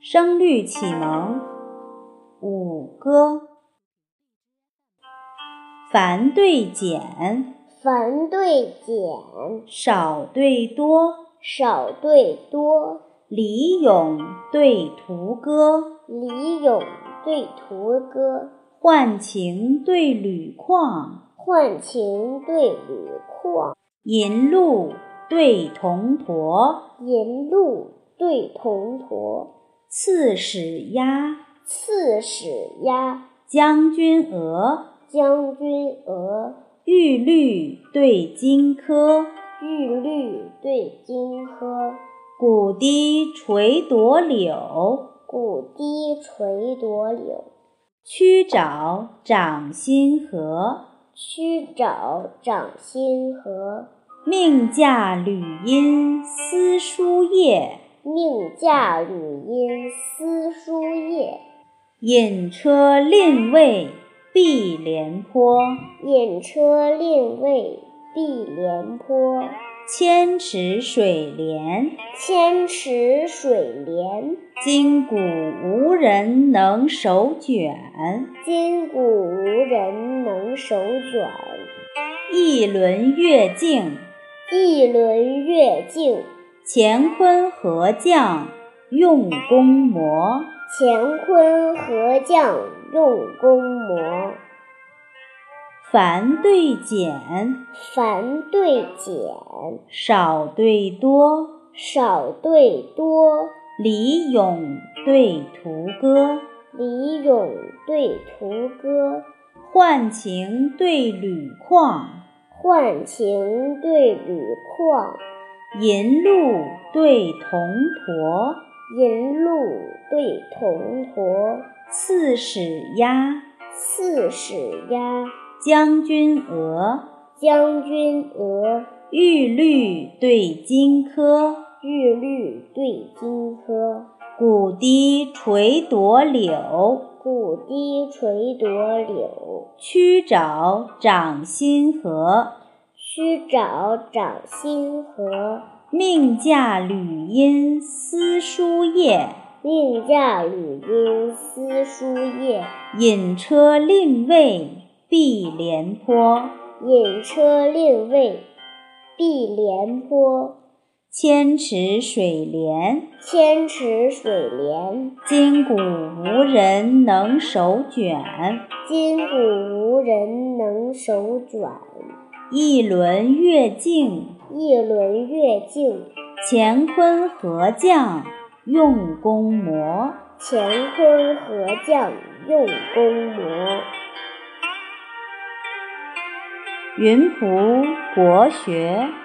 声律启蒙，五歌。繁对简，繁对简，少对多，少对多，李咏对屠歌，李咏对屠歌，幻情对吕旷，幻情对吕旷，银鹭对铜驼，银鹭对铜驼。刺史鸭，刺史鸭，将军鹅，将军鹅，玉律对金科，玉律对金科，古堤垂朵柳，古堤垂朵柳，曲沼涨新河，曲沼涨新河，命驾吕音思书夜。命驾吕音思书夜，引车令位碧莲坡，引车令位碧莲坡。千尺水帘，千尺水帘，今古无人能手卷，今古无人能手卷。一轮月镜，一轮月镜。乾坤合将用功磨，乾坤合将用功磨。繁对简，繁对简，少对多，少对多。李咏对屠歌，李咏对屠歌。幻情对吕旷，幻情对吕旷。银鹭对铜驼，银鹭对铜驼；刺史鸭，刺史鸭；将军鹅，将军鹅；玉律对金科，玉律对金科；古堤垂朵柳，古堤垂朵柳；曲沼涨新河。须沼涨新河，命驾吕音思书夜。命驾吕音思书夜，引车令位碧莲坡。引车令位碧莲坡。千尺水帘，千尺水帘，今古无人能手卷。今古无人能手卷。一轮月镜，一轮月镜；乾坤合将用功磨，乾坤合将用功磨。云浦国学。